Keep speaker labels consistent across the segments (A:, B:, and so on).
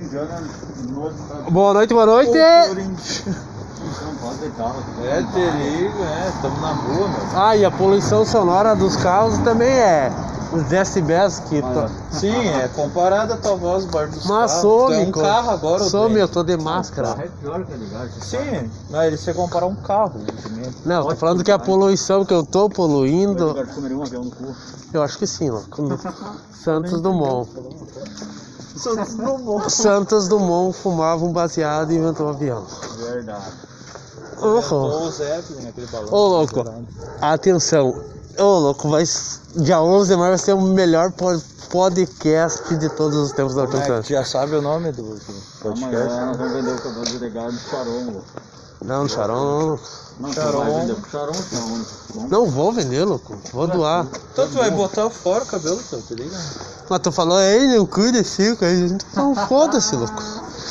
A: Jana no
B: Boa noite, boa noite.
A: Não pode ter carro.
C: É perigo, é. Estamos na rua, meu.
B: Ah, e a poluição sonora dos carros também é os decibéis que. to-
C: Sim, é comparada a tua voz, bar dos
B: Mas
C: carros.
B: some,
C: Tu é um
B: co-
C: carro agora, eu
B: some,
C: tenho.
B: eu tô de máscara.
A: É pior que é ligado. esse
C: Sim, mas ele se comparar um carro. né?
B: Não, eu tô falando que a poluição que eu tô
A: carro. O
B: poluindo,
A: Edgar comeria um avião no cu.
B: eu acho que sim, ó. Quando- Santos Dumont.
C: Santos Dumont.
B: Santos Dumont fumava um baseado e inventou um avião.
A: Verdade.
B: Uhum.
C: O Zeppelin, aquele balão.
B: Ô, louco. Atenção. Ô, louco, vai, s- dia 11 de maio vai ser o melhor pod- podcast de todos os tempos da
C: É,
B: Alcançante.
C: tu já sabe o nome do do
A: Amanhã
C: podcast?
A: nós vamos vender o cabelo do Edgar no Charongo.
B: Não, Charon,
A: Não,
C: Charon.
A: Charongo. Vender pro Charongo, senão
B: não vou vender, louco. Vou doar.
C: Então tu vai botar fora o cabelo, teu, tá te liga?
B: Mas tu falou, ei, não cuida, fica aí. Não, foda-se, louco.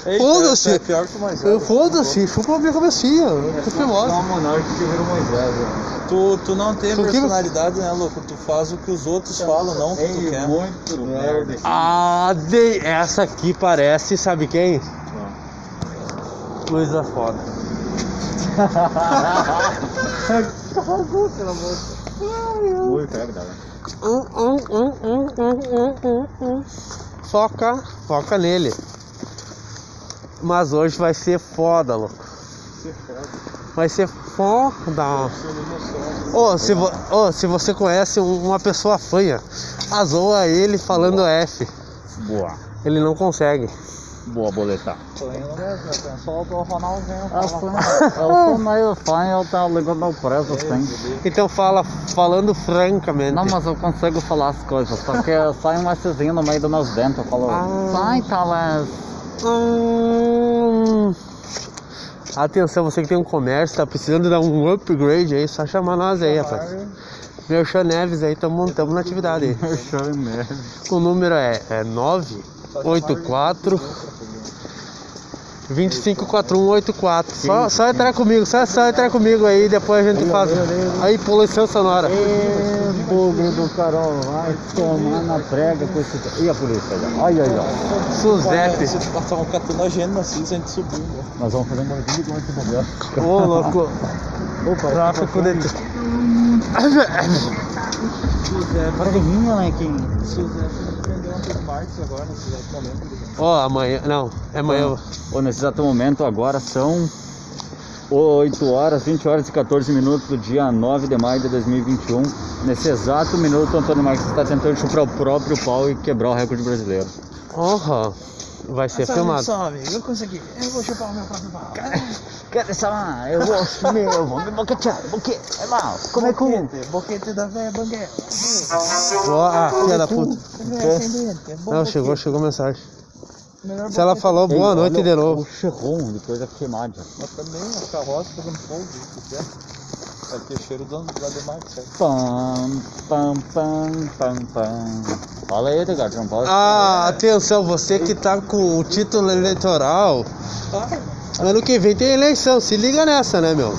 C: Ei,
B: Foda-se.
C: tu É pior que o
B: Eu,
C: Moisés.
B: Foda-se, chupa a minha cabecinha. Eu tô
A: Só
B: famosa.
A: o Monark que vira o Moisés. né?
C: Tu, tu não tem
B: Tu que-
C: personalidade, né, louco? Tu faz o que os outros falam, não o que tu
A: Ei,
C: quer.
A: muito merda. esse
B: Ah, dei. Essa aqui parece, sabe quem?
A: cara.
B: Luísa Foda.
A: Muito merda. né?
B: Hum, hum, hum, hum, hum, hum, hum, hum. Foca, foca nele. Mas hoje vai ser foda, louco. Vai ser foda. Ô, se, vo- ô, se você conhece um- uma pessoa fanha, azoa ele falando F.
A: Boa.
B: Ele não consegue.
A: Boa boletar.
C: Só o Ronaldinho.
D: Eu sou meio fã e eu tava ligando ao assim. preso, sim.
B: Então fala falando francamente.
D: Não, mas eu consigo falar as coisas, só que sai um Szinho no meio dos meus dentes. Eu falo,
B: Ah.
D: sai, Thales.
B: Hum. Atenção, você que tem um comércio, tá precisando dar um upgrade aí, só chamar nós aí, rapaz. Meu Chão Neves aí, tamo montando na atividade aí. O número é, é 984 254184. Só, só entrar comigo, só, só entrar comigo aí, depois a gente faz. Aí, poluição sonora.
D: Ê, bugre do Carol, vai tomar na prega com esse... E a polícia? olha. Olha aí, ó.
B: Suzete.
C: Vocês estavam catando a gente um na cinza, a gente subiu. né?
D: Nós vamos fazer um boletim com esse bobeiro.
B: Ô, louco. Tráfico de.
D: Preguinho, né, Kim?
C: Suzete vendeu um Marx agora nesse exato momento.
B: Ó, amanhã. Não, é amanhã.
D: Ô, nesse exato momento, agora são 8 horas, 20 horas e 14 minutos do dia 9 de maio de 2021. Nesse exato minuto, o Antônio Marques está tentando chupar o próprio pau e quebrar o recorde brasileiro.
B: Honra. Vai ser é filmado.
C: Só, amigo, eu consegui. Eu vou chupar o meu próprio barco.
D: Quero chamar, eu vou sumir, eu vou me boquetear, boque, é mal, como é que
C: Boquete da véia banguela. é
B: Ó, ah, filha da puta.
C: Véia ascendente.
B: é? Não, chegou, chegou mensagem.
C: Melhor
B: Se ela falou boa noite de
D: é? O
B: novo.
D: chevron de coisa queimada.
C: Mas também a carroça pegando fogo, se quiser. Vai ter é cheiro do lado de Marx, certo?
D: Pam, pam, pam, pam, pam. Fala aí, Edgar, tu não pode.
B: Ah, atenção, você que tá com o título eleitoral.
C: Tá.
B: Ano que vem tem eleição, se liga nessa, né, meu?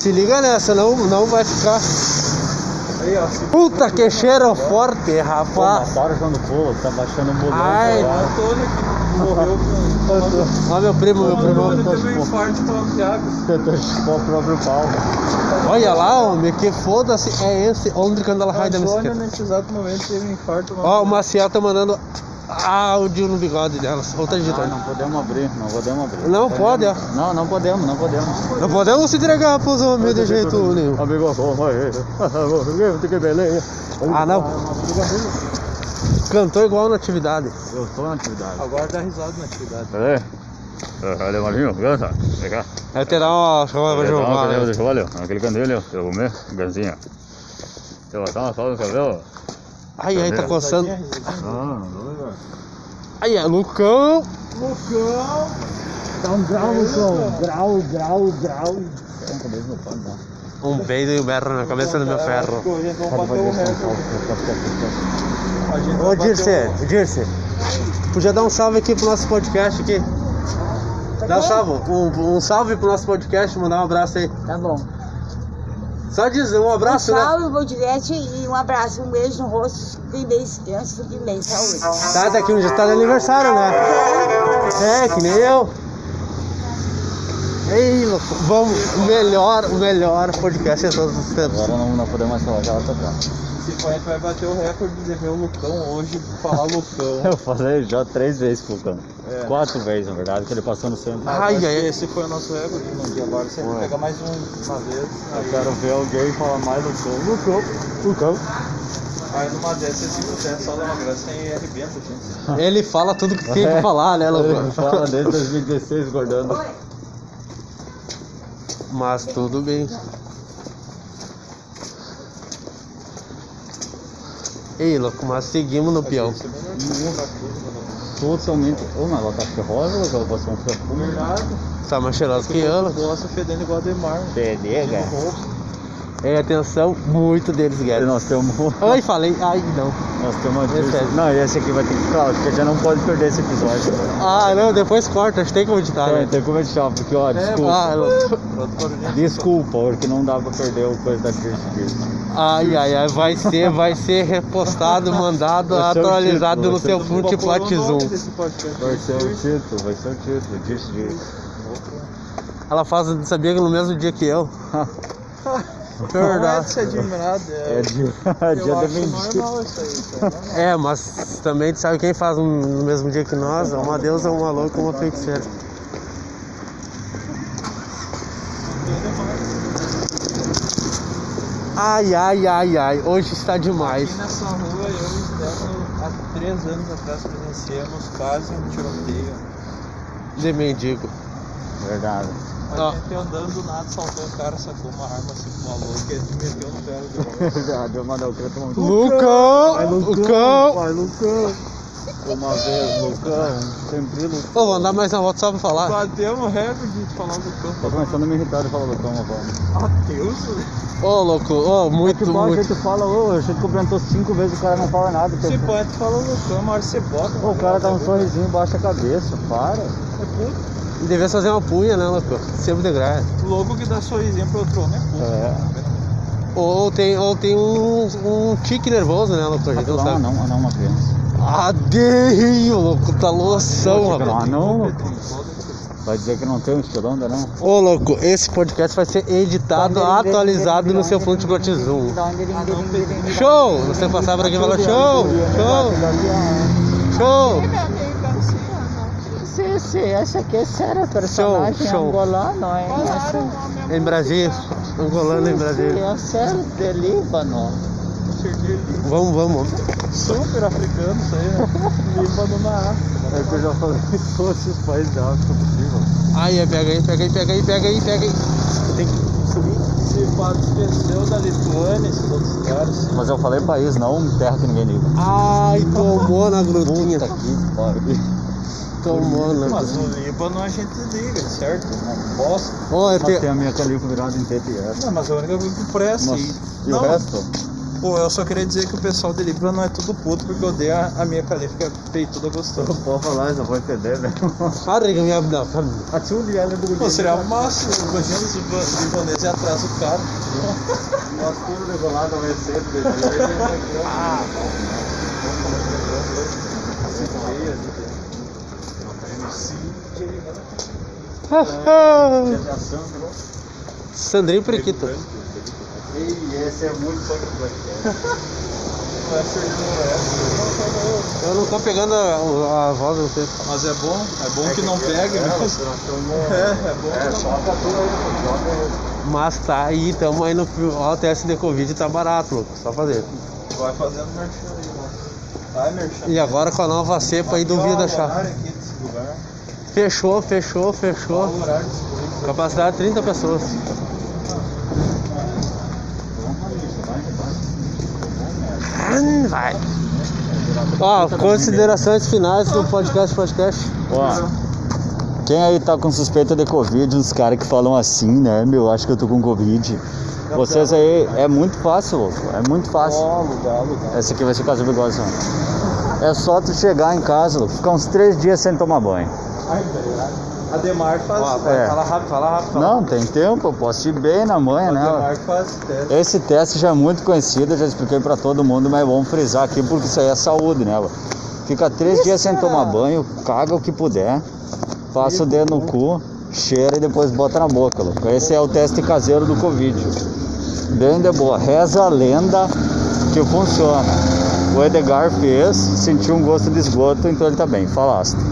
B: Se liga nessa, não, não vai ficar.
C: Aí, ó, se
B: Puta que cheiro forte,
D: Pô,
B: rapaz.
D: mas para jogando pulo, tá baixando o bolão.
B: Ai,
C: o Antônio que morreu um com.
B: Ó, meu primo, meu
C: O Antônio
B: primo.
C: teve um infarto com o Thiago.
D: Tentou chupar o próprio pau.
B: Olha lá, homem, que foda-se. É esse, onde quando ela
C: O
B: raio da
C: Antônio,
B: bicicleta.
C: nesse exato momento, teve um infarto. uma-
B: Ó, o Maciel tá mandando áudio no bigode dela. Outra
D: Ah,
B: digitando.
D: não podemos abrir, não podemos abrir.
B: tá. Não pode, ó.
D: Não, não podemos, não podemos.
B: Não podemos se entregar pros homens de jeito nenhum.
D: Amigo, vamos aí. Que beleza.
B: Ah, não. Cantou igual na atividade.
D: Eu tô na atividade.
C: Agora dá risada né, na atividade.
D: Cadê? Olha, Marinho, gansa. Vem cá.
B: É ter uma chamada
D: Quer tomar um
B: Giovanna.
D: canelo de chevalho? Aquele candelho, eu vou comer, gansinha. Quer botar uma sal no cabelo?
B: Ai, ai, tá é. coçando.
D: Ah, não, Edgar.
B: Ai, ai, Lucão.
C: Lucão!
D: Dá um grau,
C: João.
D: Grau, grau, grau. Não, cabeça não pode, não.
B: Um beijo e um berro na cabeça do meu ferro.
C: A gente vai bater o recorde. A gente
B: Ô,
C: vai bater
B: Dirce, Dirce. Podia dar um salve aqui pro nosso podcast aqui. Tá Dá um salve. Um, um salve pro nosso podcast, mandar um abraço aí.
D: Tá bom.
B: Só dizer um abraço, né?
E: Paulo Goldivete e um abraço, um beijo no rosto de mês, criança de mês, saúde.
B: Tá, daqui um dia tá de aniversário, né? É, que nem eu. Ei, louco, vamos, o melhor, o melhor podcast de todos os tempos.
D: Agora não, não podemos mais falar que ela tá brava.
C: Se conhece, vai bater o recorde de ver o Lucão hoje falar Lucão.
D: Eu falei já três vezes pro Lucão. Quatro vezes, na verdade, que ele passou no centro.
B: Ai,
C: Acho
B: ai,
C: que
B: ai.
C: Esse foi o nosso recorde, mano. E agora se ele
D: Ué.
C: pegar mais um, uma vez,
D: Eu
C: aí,
D: quero ver alguém falar mais Lucão. Lucão, Lucão.
C: aí numa dessas, esse sucesso só dá uma graça e arrebenta, gente.
B: Ele fala tudo que tem pra
D: É.
B: falar, né,
D: Ele fala
B: louco?
D: desde 2016 gordando.
B: Mas tudo bem. Ei, louco, mas seguimos no peão.
C: Esse é o melhor time da curva, mano.
D: Totalmente. Ô, mas ela tá ferrosa, Lucão. Você é um perfume.
C: Verdade.
B: Tá mais cheirosa que eu, louco.
C: Nossa, fedendo igual a Demar.
D: Beleza.
B: Ei, atenção, muito deles,
D: E
B: Guedes.
D: nós temos.
B: Ai, falei, ai, não.
D: Nós temos uma
B: Esse é-
D: Não, e esse aqui vai ter que ficar, porque já não pode perder esse episódio.
B: Ah, não, depois corta, a gente tem como editar,
D: Então,
B: né?
D: tem como editar, porque ó,
B: Ah,
D: desculpa.
B: louco.
D: Desculpa, porque não dá pra perder o coisa da Dirty Bird.
B: Ai, ai, ai, vai ser, vai ser repostado, mandado,
D: Vai ser é o
B: atualizado
D: título,
B: no
D: vai ser
B: seu
D: o
B: Fruit
C: um
B: Plat Zoom.
D: Vai ser o título, vai ser o título, Dirty Bird.
B: Ela faz, sabia que no mesmo dia que eu. É Verdade.
C: Verdade. é admirado.
D: É
C: É,
D: dia,
C: eu
D: dia da
C: acho
D: mentira.
C: normal isso aí, cara.
B: É, mas também tu sabe quem faz um- no mesmo dia que nós? É uma deusa, uma louca, uma feiticeira. Ai, ai, ai, ai, hoje está demais.
C: Aqui nessa rua, eu e o Stefano, há três anos atrás, presenciamos quase um tiroteio.
B: De mendigo.
D: Verdade.
C: Mas
B: Ó.
C: a gente andando do nada, saltou o cara, sacou uma arma assim com uma louca e ele meteu no pé do cara.
D: Verdade, eu mandar o cara tomar um.
B: Lucão! Lucão!
D: Vai, Lucão! Uma vez, Lucão, sempre Lucão.
B: Pô, vou andar mais uma volta só pra falar.
C: Bateu um recorde de falar do campo.
D: Tô começando a me irritar de falar Lucão agora.
C: Adeus,
B: Ô, louco, ô, muito,
D: Que bom, a
B: muito.
D: gente fala, ô, a gente cumprimentou cinco vezes o cara não fala nada.
C: Se
D: que-
C: põe, tu fala no campo, a hora você bota.
D: Ô, o cara dá um sorrisinho, baixa a cabeça, para.
B: Devia fazer uma punha, né, louco? Sempre de graça.
C: Logo que dá sorrisinho pro outro homem é puto.
D: É.
B: Ou tem, ou tem um, um tique nervoso, né, louco? A gente
D: Aquilo
B: não
D: é um
B: sabe.
D: anão, anão é uma criança.
B: Adeio, louco, tá
D: Não,
B: loção,
D: aquilo é um
B: rapaz.
D: anão, louco. Vai dizer que não tem um estilão da não?
B: Ô, louco, esse podcast vai ser
F: Tá
B: editado, Tá atualizado no seu Fonte Corte Zoom. Show! Você passar por aqui e
F: Tá
B: falar show, show, show.
F: Sim, sim, essa aqui é séria personagem
B: Show, show.
F: angolano, é essa,
B: Em Brasília, angolano em
F: sim,
B: Brasília.
F: é sério de Líbano.
B: Vamos, vamos.
C: Super africano isso aí, né? Limpando na África.
D: É que eu já falei em todos os países da África possível.
B: Aí, é, pega aí, pega aí, pega aí, pega aí, pega aí.
C: Se pato esqueceu da Lituânia, esses outros caras.
D: Mas eu falei país, não terra que ninguém liga.
B: Ai, tomou na grudinha.
D: Puta que pariu.
B: Tomou na
C: Mas
B: grudinha.
C: o Líbano a gente liga, certo? Não posso.
B: Ô, eu
D: Mas
B: tenho...
D: tem a minha calico virada em TTS.
C: Não, mas a única coisa que presta.
D: Mas,
C: E,
D: e o
C: não,
D: resto?
C: pô, eu só queria dizer que o pessoal de Libra não é tudo puto, porque eu dei a, a minha califica peituda gostosa.
D: Pode falar, já vou entender, velho.
B: Carrega minha vida, tá família.
D: A tia Liana é do
C: Pô, seria o máximo, imagina se o libanês ia atrás do cara.
D: Nós tudo regulado vai ser, bebê.
B: Sandrinho Periquito.
D: E esse é muito fã do
C: é.
B: Eu não tô pegando a, a voz de vocês.
C: Mas é bom, é bom que não pegue, né? É, é bom que não
D: Toca tudo
B: Mas tá aí, tamo aí no. Ó, o teste de Covid tá barato, louco. Só fazer.
C: Vai fazendo merchan aí, mano. Vai, merchan.
B: E agora com a nova cepa aí, duvida achar.
C: horário aqui desse lugar.
B: Fechou, fechou,
C: Qual
B: fechou.
C: o horário desse lugar?
B: Capacidade 30 pessoas. Ah, Vai. Ó, considerações finais do podcast podcast.
D: Ó. Quem aí tá com suspeita de Covid, uns caras que falam assim, né, meu, acho que eu tô com Covid. Vocês aí, é muito fácil, louco, é muito fácil.
C: Galo, galo, galo.
D: Essa aqui vai ser casa bigosa. É só tu chegar em casa, louco, ficar uns três dias sem tomar banho.
C: Ai, velho. Ademar faz.
D: Ó,
C: vai,
D: é.
C: Fala rápido, fala rápido. fala
D: Não, tem tempo, eu posso ir bem na manhã, né?
C: Ademar faz teste.
D: Esse teste já é muito conhecido, eu já expliquei pra todo mundo, mas vamos frisar aqui porque isso aí é saúde, né? bô? Fica três dias sem tomar banho, caga o que puder, passa o dedo no cu, cheira e depois bota na boca, louco. Esse é o teste caseiro do Covid. Bem de boa. Reza a lenda que funciona. O Edgar fez, sentiu um gosto de esgoto, então ele tá bem. Falaste.